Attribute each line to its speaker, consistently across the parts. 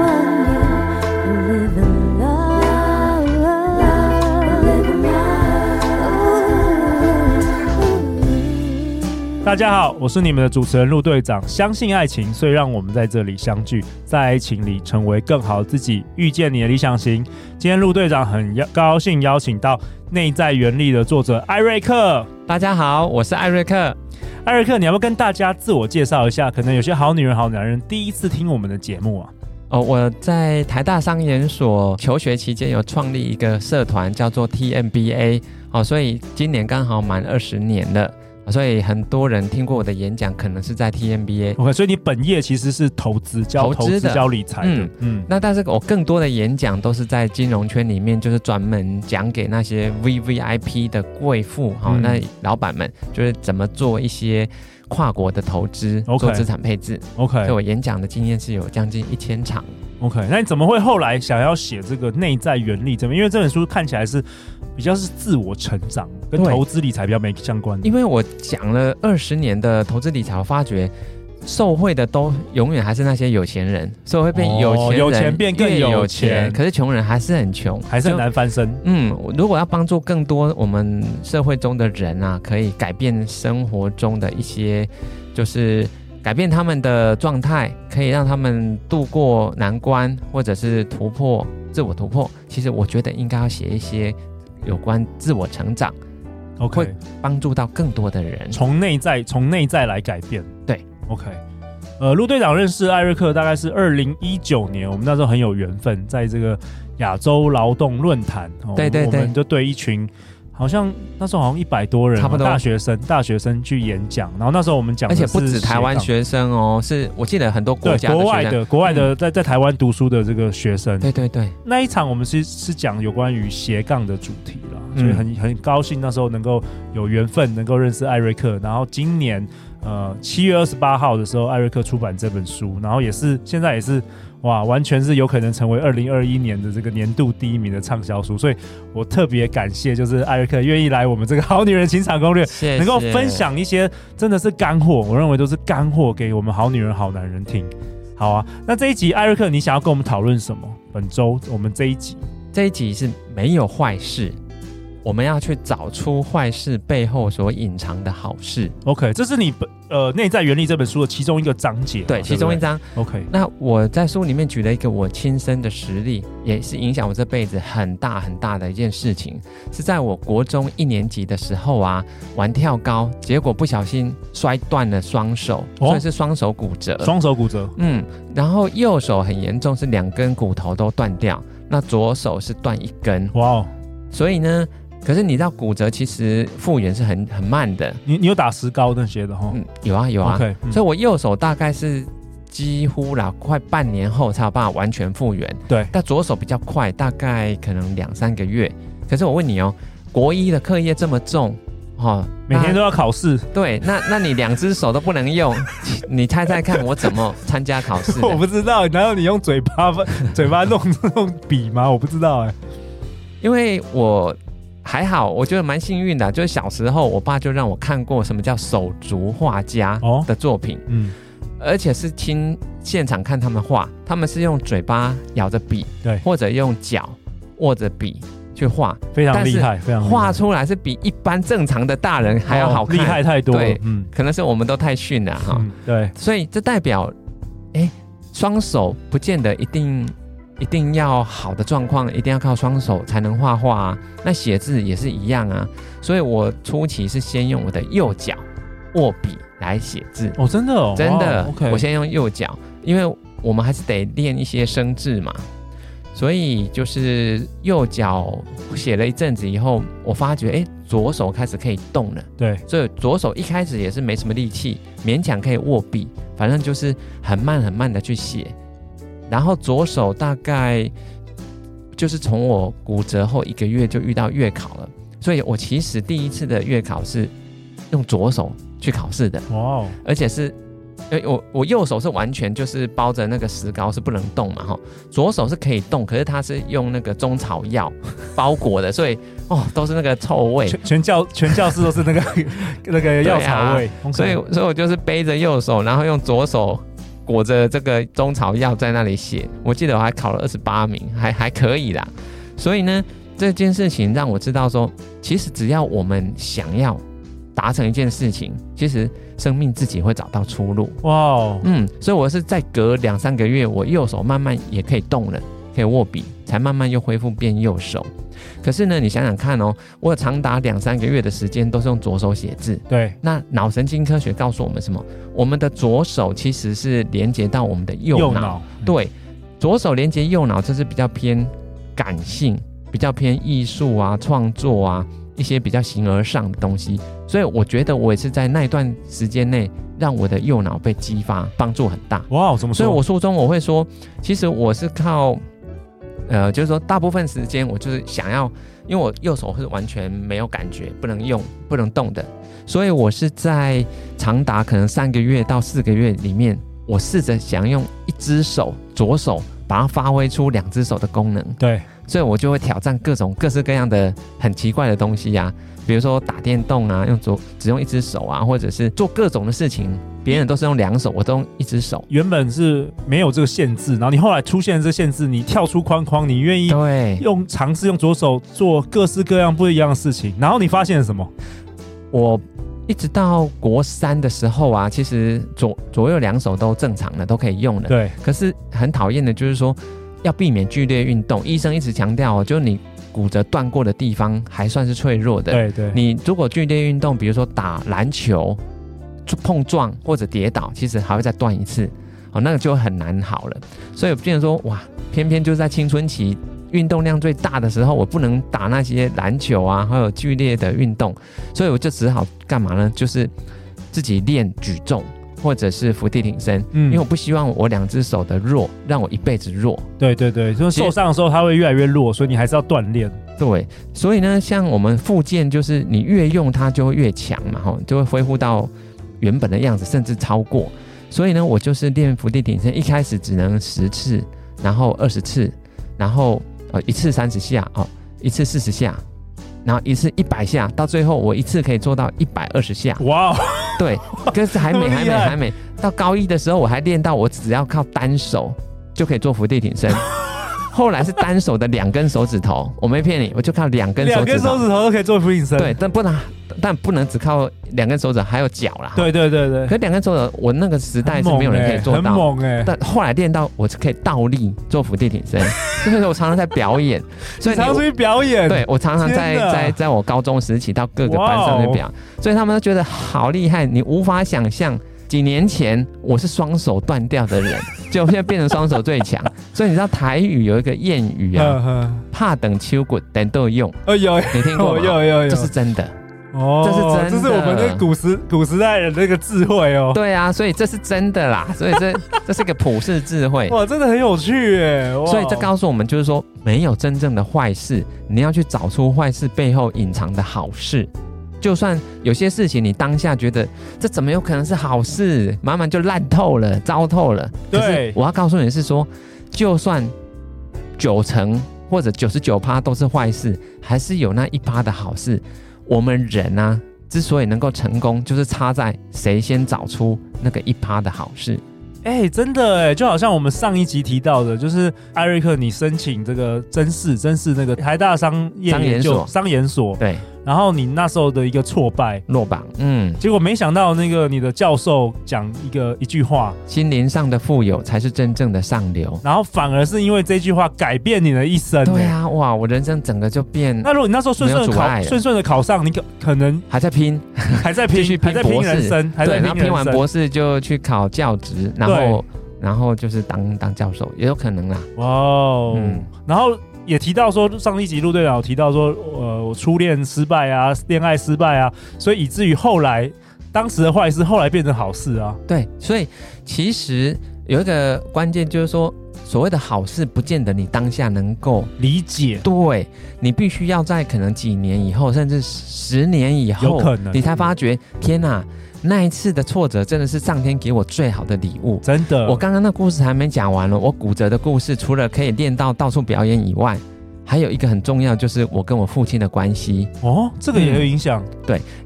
Speaker 1: one you live in love, live in love.
Speaker 2: 大家好，我是你们的主持人陆队长。相信爱情，所以让我们在这里相聚，在爱情里成为更好自己，遇见你的理想型。今天陆队长很邀高兴邀请到《内在原力》的作者艾瑞克。
Speaker 3: 大家好，我是艾瑞克。
Speaker 2: 艾瑞克，你要不要跟大家自我介绍一下？可能有些好女人、好男人第一次听我们的节目啊。
Speaker 3: 哦，我在台大商研所求学期间有创立一个社团，叫做 TMBA。哦，所以今年刚好满二十年了、哦所以很多人听过我的演讲，可能是在 TMBA。
Speaker 2: OK，所以你本业其实是投资，教
Speaker 3: 投
Speaker 2: 投
Speaker 3: 资
Speaker 2: 资
Speaker 3: 的
Speaker 2: 教理财的
Speaker 3: 嗯。
Speaker 2: 嗯
Speaker 3: 那但是我更多的演讲都是在金融圈里面，就是专门讲给那些 VVIP 的贵妇哈、哦
Speaker 2: 嗯
Speaker 3: 那老板们就是怎么做一些跨国的投资
Speaker 2: OK
Speaker 3: 做资产配置。所以
Speaker 2: OK
Speaker 3: 我演讲的经验是有将近一千场。
Speaker 2: OK，那你怎么会后来想要写这个《内在原力》这边？因为这本书看起来是比较是自我成长，跟
Speaker 3: 对
Speaker 2: 投资理财比较没相关的
Speaker 3: 因。为我讲了二十年的投资理财，我发觉受贿的都永远还是那些有钱人，所以会变
Speaker 2: 哦
Speaker 3: 有钱人、
Speaker 2: 有钱变更
Speaker 3: 越
Speaker 2: 有
Speaker 3: 有
Speaker 2: 钱
Speaker 3: 可是穷人还是很穷，
Speaker 2: 还是很
Speaker 3: 就。
Speaker 2: 难翻身。
Speaker 3: 嗯，如果要帮助更多我们社会中的人啊，可以改变生活中的一些，就是改变他们的状态，可以让他们度过难关，或者是突破自我突破。其实我觉得应该要写一些有关自我成长，
Speaker 2: OK，
Speaker 3: 会帮助到更多的人。
Speaker 2: 从内在从内在来改变。
Speaker 3: 对
Speaker 2: ，OK。呃，陆队长认识艾瑞克大概是二零一九年，我们那时候很有缘分，在这个亚洲劳动论坛，哦
Speaker 3: 对对
Speaker 2: 我
Speaker 3: 对
Speaker 2: 们就对一群好像那时候好像一百多人嘛，
Speaker 3: 差不多
Speaker 2: 大学生大学生去演讲，然后那时候我们讲
Speaker 3: 而
Speaker 2: 的
Speaker 3: 且
Speaker 2: 是
Speaker 3: 不止台湾
Speaker 2: 斜
Speaker 3: 学生哦，是我记得很多国
Speaker 2: 杠
Speaker 3: 家
Speaker 2: 对
Speaker 3: 的
Speaker 2: 国
Speaker 3: 学
Speaker 2: 外
Speaker 3: 生，
Speaker 2: 的国外的在在台湾读书的这个学生，
Speaker 3: 对对对，
Speaker 2: 那一场我们是是讲有关于斜杠的主题啦，
Speaker 3: 嗯
Speaker 2: 所以很很高兴那时候能够有缘分能够认识艾瑞克。然后今年呃七月二十八号的时候，艾瑞克出版这本书，然后也是现在也是哇，完全是有可能成为二零二一年的这个年度第一名的畅销书。所以我特别感谢就是艾瑞克愿意来我们这个好女人情场攻略
Speaker 3: 谢谢
Speaker 2: 能够分。享一些真的是干货，我认为都是干货给我们好女人、好男人听。好啊，那这一集艾瑞克，你想要跟我们讨论什么？本周我们这一集
Speaker 3: 这一集是没有坏事，我们要去找出坏事背后所隐藏的好事。
Speaker 2: ，OK，这是你本呃《内在原理》这本书的其中一个章节嘛，
Speaker 3: 对，其中一章。
Speaker 2: 不对 OK，
Speaker 3: 那我在书里面举了一个我亲身的实例，也是影响我这辈子很大很大的一件事情，是在我国中一年级的时候啊，玩跳高，结果不小心摔断了双手，
Speaker 2: 哦
Speaker 3: 所以是双手骨折。
Speaker 2: 双手骨折，
Speaker 3: 嗯，然后右手很严重，是两根骨头都断掉，那左手是断一根，
Speaker 2: 哇哦，
Speaker 3: 所以呢，可是你知道骨折其实复原是很很慢的，
Speaker 2: 你你有打石膏那些的哈、
Speaker 3: 嗯，有啊有啊
Speaker 2: o k 嗯、
Speaker 3: 所以我右手大概是几乎啦，快半年后才有办法完全复原，
Speaker 2: 对
Speaker 3: 但左手比较快，大概可能两三个月。可是我问你哦，国一的课业这么重，哦，
Speaker 2: 每天都要考试，
Speaker 3: 那对，那那你两只手都不能用，你猜猜看我怎么参加考试的？
Speaker 2: 我不知道，难道你用嘴巴 嘴巴弄弄笔吗？我不知道哎、
Speaker 3: 因为我还好，我觉得蛮幸运的，啊就是小时候我爸就让我看过什么叫手足画家
Speaker 2: 哦
Speaker 3: 的作品，
Speaker 2: 嗯，
Speaker 3: 而且是亲现场看他们画，他们是用嘴巴咬着笔，
Speaker 2: 对哦
Speaker 3: 或者用脚握着笔去画，
Speaker 2: 非常
Speaker 3: 但是
Speaker 2: 厉害，非常厉害
Speaker 3: 画出来是比一般正常的大人还要好
Speaker 2: 哦
Speaker 3: 看，
Speaker 2: 厉害太多了
Speaker 3: 对，
Speaker 2: 嗯
Speaker 3: 可能是我们都太逊了哈，
Speaker 2: 嗯，对。
Speaker 3: 所以这代表，哎，双手不见得一定一定要好的状况，一定要靠双手才能画画啊。那写字也是一样啊。所以我初期是先用我的右脚握笔来写字，
Speaker 2: 哦，真的哦，
Speaker 3: 真的
Speaker 2: 哇，OK，
Speaker 3: 我先用右脚，因为我们还是得练一些生字嘛。所以就是右脚写了一阵子以后，我发觉哎，左手开始可以动了。
Speaker 2: 对
Speaker 3: 所以左手一开始也是没什么力气，勉强可以握笔，反正就是很慢很慢的去写。然后左手大概就是从我骨折后一个月就遇到月考了，所以我其实第一次的月考是用左手去考试的，
Speaker 2: 哇哦，
Speaker 3: 而且是呃，我我右手是完全就是包着那个石膏是不能动嘛哈，左手是可以动，可是它是用那个中草药包裹的，所以哦都是那个臭味，
Speaker 2: 全全教全教室都是那个 那个药草味，红
Speaker 3: 啊所以所以我就是背着右手，然后用左手裹着这个中草药在那里写。我记得我还考了二十八名，还还可以啦。所以呢，这件事情让我知道说，其实只要我们想要达成一件事情，其实生命自己会找到出路。
Speaker 2: 哇哦，
Speaker 3: 嗯，所以我是在隔两三个月，我右手慢慢也可以动了，可以握笔，才慢慢又恢复变右手。可是呢，你想想看哦，我有长达两三个月的时间都是用左手写字，
Speaker 2: 对，
Speaker 3: 那脑神经科学告诉我们什么？我们的左手其实是连接到我们的右脑，
Speaker 2: 右脑，
Speaker 3: 对，左手连接右脑，这是比较偏感性，比较偏艺术啊、创作啊一些比较形而上的东西。所以我觉得我也是在那一段时间内，让我的右脑被激发，帮助很大。
Speaker 2: 哇哦，怎么
Speaker 3: 所
Speaker 2: 说？
Speaker 3: 以我书中我会说，其实我是靠，呃，就是说大部分时间我就是想要，因为我右手是完全没有感觉，不能用，不能动的，所以我是在长达可能三个月到四个月里面，我试着想用一只手，左手。把它发挥出两只手的功能，
Speaker 2: 对，
Speaker 3: 所以我就会挑战各种各式各样的很奇怪的东西呀、比如说打电动啊，用左只用一只手啊，或者是做各种的事情，别人都是用两手，我都用一只手。
Speaker 2: 原本是没有这个限制，然后你后来出现这限制，你跳出框框，你愿意
Speaker 3: 对，
Speaker 2: 用尝试用左手做各式各样不一样的事情，然后你发现了什么？
Speaker 3: 我一直到国三的时候啊，其实左左右两手都正常了，都可以用了。
Speaker 2: 对，
Speaker 3: 可是很讨厌的就是说，要避免剧烈运动。医生一直强调哦，就是你骨折断过的地方还算是脆弱的。
Speaker 2: 对对，
Speaker 3: 你如果剧烈运动，比如说打篮球、就碰撞或者跌倒，其实还会再断一次，哦，那个就很难好了。所以我变成说，哇，偏偏就在青春期运动量最大的时候，我不能打那些篮球啊，还有剧烈的运动，所以我就只好干嘛呢？就是自己练举重或者是伏地挺身，
Speaker 2: 嗯
Speaker 3: 因为我不希望我两只手的弱让我一辈子弱。
Speaker 2: 对对对，就是受伤的时候它会越来越弱，所以你还是要锻炼。
Speaker 3: 对，所以呢，像我们复健，就是你越用它就会越强嘛，吼，就会恢复到原本的样子，甚至超过。所以呢，我就是练伏地挺身，一开始只能十次，然后二十次，然后呃一次三十下，哦，一次四十下，然后一次一百下，到最后我一次可以做到一百二十下。
Speaker 2: 哇哦，
Speaker 3: 对，可是还没
Speaker 2: 这么
Speaker 3: 还
Speaker 2: 厉
Speaker 3: 没
Speaker 2: 害
Speaker 3: 还没，到高一的时候我还练到我只要靠单手就可以做伏 地挺身，后来是单手的两根手指头，我没骗你，我就靠两根手
Speaker 2: 两
Speaker 3: 指
Speaker 2: 根手
Speaker 3: 头。
Speaker 2: 指头都可以做俯卧撑。
Speaker 3: 对，但不能，但不能只靠两根手指，还有脚啦。，
Speaker 2: 对对对对，
Speaker 3: 可两根手指，我那个时代是没有人可以做
Speaker 2: 很
Speaker 3: 到。
Speaker 2: 猛哎、欸，
Speaker 3: 但后来练到我是可以倒立做伏地挺身， 所以我常常在表演，所
Speaker 2: 你
Speaker 3: 以你
Speaker 2: 常常出去表演，嗯
Speaker 3: 对我常常在
Speaker 2: 天哪哦
Speaker 3: 在在我高中时期到各个班上面表，所以他们都觉得好厉害，你无法想象。几年前我是双手断掉的人，结果现在变成双手最强。所以你知道台语有一个谚语啊，
Speaker 2: 呵呵，
Speaker 3: 怕等秋滚等都有用，
Speaker 2: 哎呦，
Speaker 3: 你听过
Speaker 2: 嗯有
Speaker 3: 吗？
Speaker 2: 有有有，
Speaker 3: 这是真的。
Speaker 2: 哦，
Speaker 3: 这是真
Speaker 2: 这
Speaker 3: 的
Speaker 2: 是我们的古时古时代人的那个智慧哦。
Speaker 3: 对啊，所以这是真的啦，所以这这是个普世智慧。
Speaker 2: 哇，真的很有趣哎！哇
Speaker 3: 所以这告诉我们，就是说没有真正的坏事，你要去找出坏事背后隐藏的好事。就算有些事情你当下觉得这怎么有可能是好事，慢慢就烂透了、糟透了。
Speaker 2: 对
Speaker 3: 可是我要告诉你是说，就算九成或者九十九趴都是坏事，还是有那一趴的好事。我们人啊，之所以能够成功，就是差在谁先找出那个一趴的好事。
Speaker 2: 哎、真的哎，就好像我们上一集提到的，就是艾瑞克，你申请这个真试，真试那个台大商业
Speaker 3: 商研
Speaker 2: 研究
Speaker 3: 所
Speaker 2: 商研所，
Speaker 3: 对，
Speaker 2: 然后你那时候的一个挫败，
Speaker 3: 落榜，嗯。
Speaker 2: 结果没想到那个你的教授讲一个一句话，
Speaker 3: 心灵上的富有才是真正的上流。
Speaker 2: 然后反而是因为这句话改变你的一生。
Speaker 3: 对，啊，哇，我人生整个就变，
Speaker 2: 那如果你那时候顺顺
Speaker 3: 没
Speaker 2: 地
Speaker 3: 有阻碍啊
Speaker 2: 考顺顺的考上，你可可能
Speaker 3: 还在拼，
Speaker 2: 还在拼，
Speaker 3: 继续拼
Speaker 2: 还在拼
Speaker 3: 博士
Speaker 2: 人生，还在
Speaker 3: 对，然
Speaker 2: 拼
Speaker 3: 后拼
Speaker 2: 人
Speaker 3: 完
Speaker 2: 生。
Speaker 3: 博士就去考教职，然后然后就是当当教授也有可能啦。
Speaker 2: 哇哦！
Speaker 3: 嗯
Speaker 2: 然后也提到说，上一集陆队长有提到说，呃，我初恋失败啊，恋爱失败啊，所以以至于后来当时的坏事后来变成好事啊。
Speaker 3: 对，所以其实有一个关键就是说，所谓的好事，不见得你当下能够。
Speaker 2: 理解，
Speaker 3: 对你必须要在可能几年以后，甚至十年以后，
Speaker 2: 有可能
Speaker 3: 你才发觉，天哪、那一次的挫折真的是上天给我最好的礼物。
Speaker 2: 真的，
Speaker 3: 我刚刚那故事还没讲完了，我骨折的故事除了可以练到到处表演以外，还有一个很重要就是我跟我父亲的关系。
Speaker 2: 哦，这个也有影响，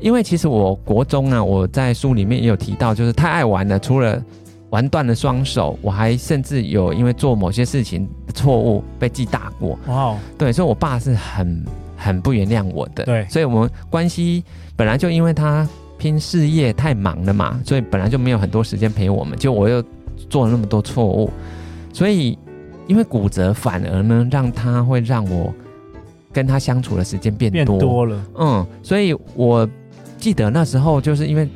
Speaker 3: 因为其实我国中啊，我在书里面也有提到，就是太爱玩了，除了玩断了双手，我还甚至有因为做某些事情的错误被记大过。
Speaker 2: 哇哦，
Speaker 3: 对，所以我爸是很很不原谅我的。
Speaker 2: 对
Speaker 3: 所以我们关系本来就因为他拼事业太忙了嘛，所以本来就没有很多时间陪我们，就我又做了那么多错误，所以因为骨折反而呢，让他会让我跟他相处的时间变
Speaker 2: 变多了，
Speaker 3: 嗯，所以我记得那时候就是因为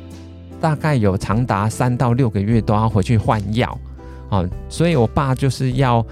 Speaker 3: 大概有长达三到六个月都要回去换药，哦，所以我爸就是要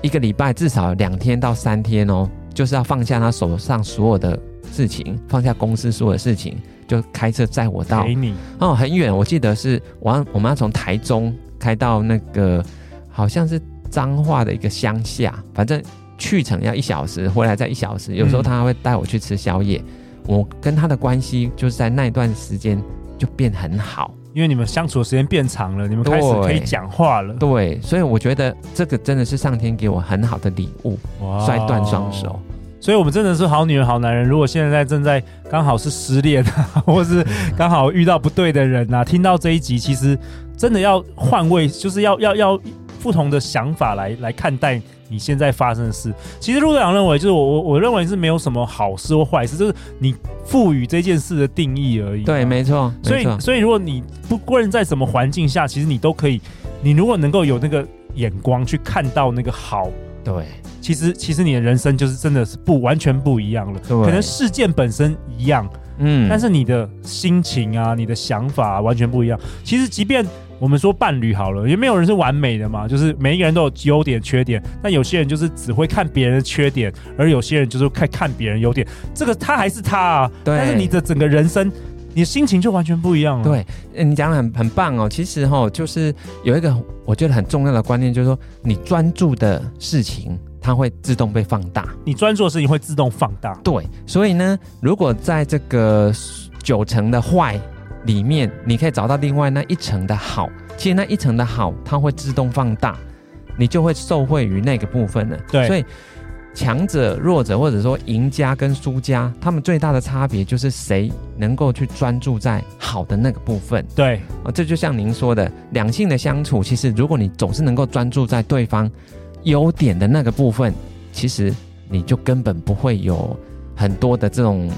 Speaker 3: 一个礼拜至少两天到三天哦，就是要放下他手上所有的事情，放下公司所有的事情，就开车载我到
Speaker 2: 给你
Speaker 3: 哦很远，我记得是我要我们要从台中开到那个好像是彰化的一个乡下，反正去程要一小时，回来再一小时，有时候
Speaker 2: 嗯
Speaker 3: 他会带我去吃宵夜。我跟他的关系就是在那一段时间就变很好，
Speaker 2: 因为你们相处的时间变长了，你们开始可以
Speaker 3: 对
Speaker 2: 讲话了，
Speaker 3: 对，所以我觉得这个真的是上天给我很好的礼物，
Speaker 2: 哇哦
Speaker 3: 摔断双手。。
Speaker 2: 所以，我们真的是好女人、好男人。如果现在正在刚好是失恋啊， 或是刚好遇到不对的人啊，听到这一集，其实真的要换位，就是要要要不同的想法来 来看待你现在发生的事。其实，陆队长认为，就是我我我认为是没有什么好事或坏事，就是你赋予这件事的定义而已、
Speaker 3: 对，没错，
Speaker 2: 所
Speaker 3: 没
Speaker 2: 以
Speaker 3: 错，，
Speaker 2: 所以如果你不不论在什么环境下，其实你都可以，你如果能够有那个眼光去看到那个好
Speaker 3: 对，
Speaker 2: 其实其实你的人生就是真的是不完全不一样了，
Speaker 3: 对
Speaker 2: 可能事件本身一样，
Speaker 3: 嗯
Speaker 2: 但是你的心情啊、你的想法、啊、完全不一样。其实即便我们说伴侣好了，也没有人是完美的嘛，就是每一个人都有优点、缺点。但有些人就是只会看别人的缺点，而有些人就是看看别人优点。这个他还是他啊，
Speaker 3: 对
Speaker 2: 但是你的整个人生，你的心情就完全不一样了。，
Speaker 3: 对，呃你讲的很很棒哦。其实哈、哦，就是有一个我觉得很重要的观念，就是说你专注的事情，它会自动被放大。
Speaker 2: 你专注的事情会自动放大。
Speaker 3: 对，所以呢，如果在这个九成的坏里面，你可以找到另外那一层的好，其实那一层的好，它会自动放大，你就会受惠于那个部分了。
Speaker 2: 对
Speaker 3: 所以强者、弱者，或者说赢家跟输家，他们最大的差别就是谁能够去专注在好的那个部分。
Speaker 2: 对，
Speaker 3: 啊，这就像您说的，两性的相处，其实如果你总是能够专注在对方优点的那个部分，其实你就根本不会有很多的这种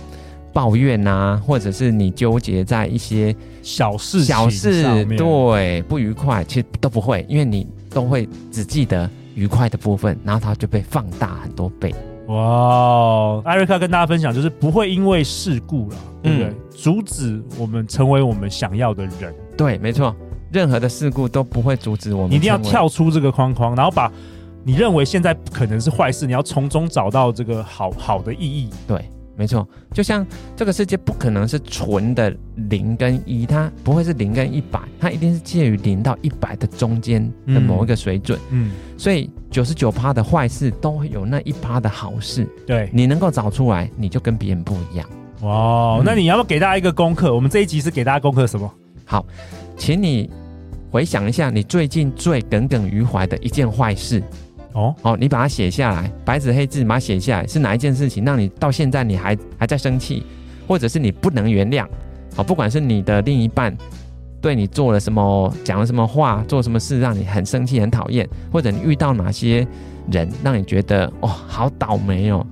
Speaker 3: 抱怨啊，或者是你纠结在一些
Speaker 2: 小事情
Speaker 3: 小
Speaker 2: 上
Speaker 3: 事
Speaker 2: 面
Speaker 3: 对不愉快，其实都不会，因为你都会只记得愉快的部分，然后它就被放大很多倍。
Speaker 2: 哇哦，艾瑞克跟大家分享，就是不会因为事故了，对不对？
Speaker 3: 嗯
Speaker 2: 阻止我们成为我们想要的人，
Speaker 3: 对，没错，任何的事故都不会阻止我们，
Speaker 2: 你一定要。跳出这个框框，然后把你认为现在不可能是坏事，你要从中找到这个好好的意义。
Speaker 3: 没错，就像这个世界不可能是纯的零跟一，它不会是零跟一百，它一定是介于零到一百的中间的某一个水准。
Speaker 2: 嗯，
Speaker 3: 所以九十九趴的坏事都会有那一趴的好事，
Speaker 2: 对，
Speaker 3: 你能够找出来，你就跟别人不一样。
Speaker 2: 哇哦，
Speaker 3: 嗯
Speaker 2: 那你要不要给大家一个功课？我们这一集是给大家功课什么？
Speaker 3: 请你回想一下你最近最耿耿于怀的一件坏事，
Speaker 2: 哦，
Speaker 3: 哦，你把它写下来，白纸黑字把它写下来，是哪一件事情让你到现在你还还在生气，或者是你不能原谅？哦，不管是你的另一半对你做了什么，讲了什么话，做什么事让你很生气、很讨厌，或者你遇到哪些人让你觉得哦好倒霉哦，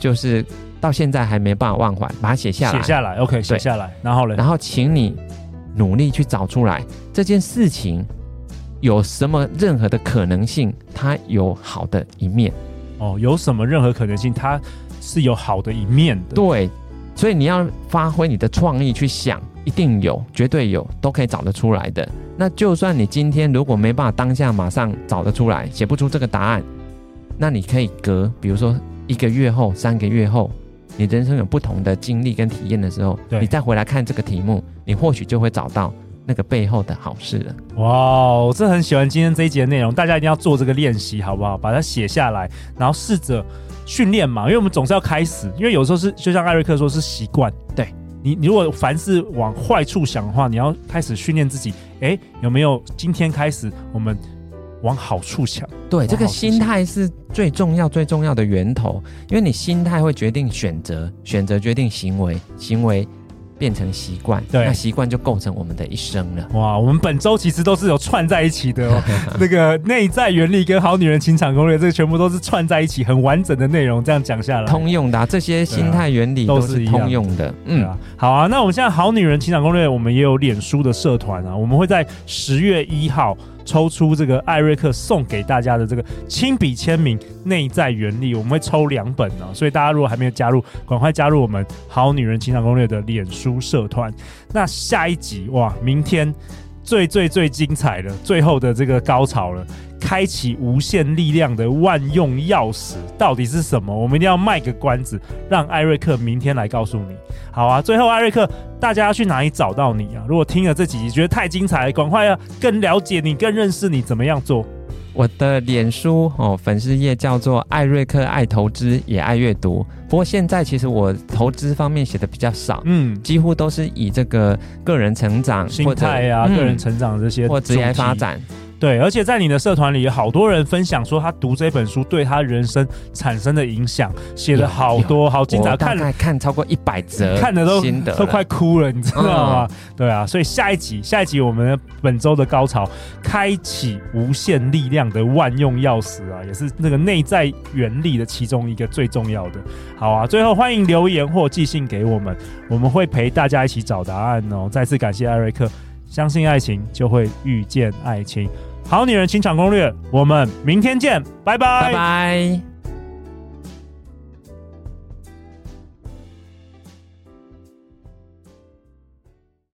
Speaker 3: 就是到现在还没办法忘怀，把它写下来，
Speaker 2: 写下来，OK，写下来。然后嘞，
Speaker 3: 然后请你努力去找出来这件事情有什么任何的可能性，它有好的一面。
Speaker 2: 哦，有什么任何可能性，它是有好的一面的。
Speaker 3: 对，所以你要发挥你的创意去想，一定有，绝对有，都可以找得出来的。那就算你今天如果没办法当下马上找得出来，写不出这个答案，那你可以隔，比如说一个月后、三个月后，你人生有不同的经历跟体验的时候，
Speaker 2: 对
Speaker 3: 你再回来看这个题目，你或许就会找到那个背后的好事了。
Speaker 2: 哇，我真的很喜欢今天这一节的内容，大家一定要做这个练习，好不好？把它写下来，然后试着训练嘛，因为我们总是要开始，因为有时候是就像艾瑞克说，是习惯。
Speaker 3: 对，
Speaker 2: 你你如果凡是往坏处想的话，你要开始训练自己，哎，有没有今天开始我们往好处想？
Speaker 3: 对，
Speaker 2: 往
Speaker 3: 这个
Speaker 2: 好处
Speaker 3: 心
Speaker 2: 想
Speaker 3: 态是最重要、最重要的源头，因为你心态会决定选择，选择决定行为，行为变成习惯，
Speaker 2: 对
Speaker 3: 那习惯就构成我们的一生 了。
Speaker 2: 哇，我们本周其实都是有串在一起的 哦，那个内在原理跟好女人情场攻略，这个全部都是串在一起，很完整的内容。这样讲下来，
Speaker 3: 通用的啊、这些心态原理
Speaker 2: 对啊
Speaker 3: 都
Speaker 2: 都是
Speaker 3: 是
Speaker 2: 一样的
Speaker 3: 通用的。
Speaker 2: 嗯、
Speaker 3: 嗯，
Speaker 2: 啊，好啊，那我们现在好女人情场攻略，我们也有脸书的社团啊，我们会在十月一号抽出这个艾瑞克送给大家的这个亲笔签名内在原理，我们会抽两本啊，所以大家如果还没有加入，赶快加入我们好女人情场攻略的脸书社团。那下一集哇，明天最最最精彩的最后的这个高潮了。开启无限力量的万用钥匙到底是什么？我们一定要卖个关子，让艾瑞克明天来告诉你。好啊，最后艾瑞克，大家要去哪里找到你啊？如果听了这几集觉得太精彩了，赶快要更了解你，更认识你，怎么样做？
Speaker 3: 我的脸书哦粉丝页叫做艾瑞克爱投资也爱阅读，不过现在其实我投资方面写的比较少，
Speaker 2: 嗯，
Speaker 3: 几乎都是以这个个人成长
Speaker 2: 心态啊，
Speaker 3: 或者
Speaker 2: 个人
Speaker 3: 嗯
Speaker 2: 成长这些，
Speaker 3: 或职业发。展。
Speaker 2: 对，而且在你的社团里，有好多人分享说他读这本书对他人生产生的影响，写了好多，好精彩，
Speaker 3: 我大
Speaker 2: 看
Speaker 3: 概看超过一百则，
Speaker 2: 看的都
Speaker 3: 心得
Speaker 2: 都
Speaker 3: 了
Speaker 2: 快哭了，你知道吗？对啊，所以下一集，下一集我们本周的高潮，开启无限力量的万用钥匙啊，也是那个内在原理的其中一个最重要的。好啊，最后欢迎留言或寄信给我们，我们会陪大家一起找答案哦。再次感谢艾瑞克，相信爱情就会遇见爱情。好女人情场攻略，我们明天见，拜
Speaker 3: 拜拜。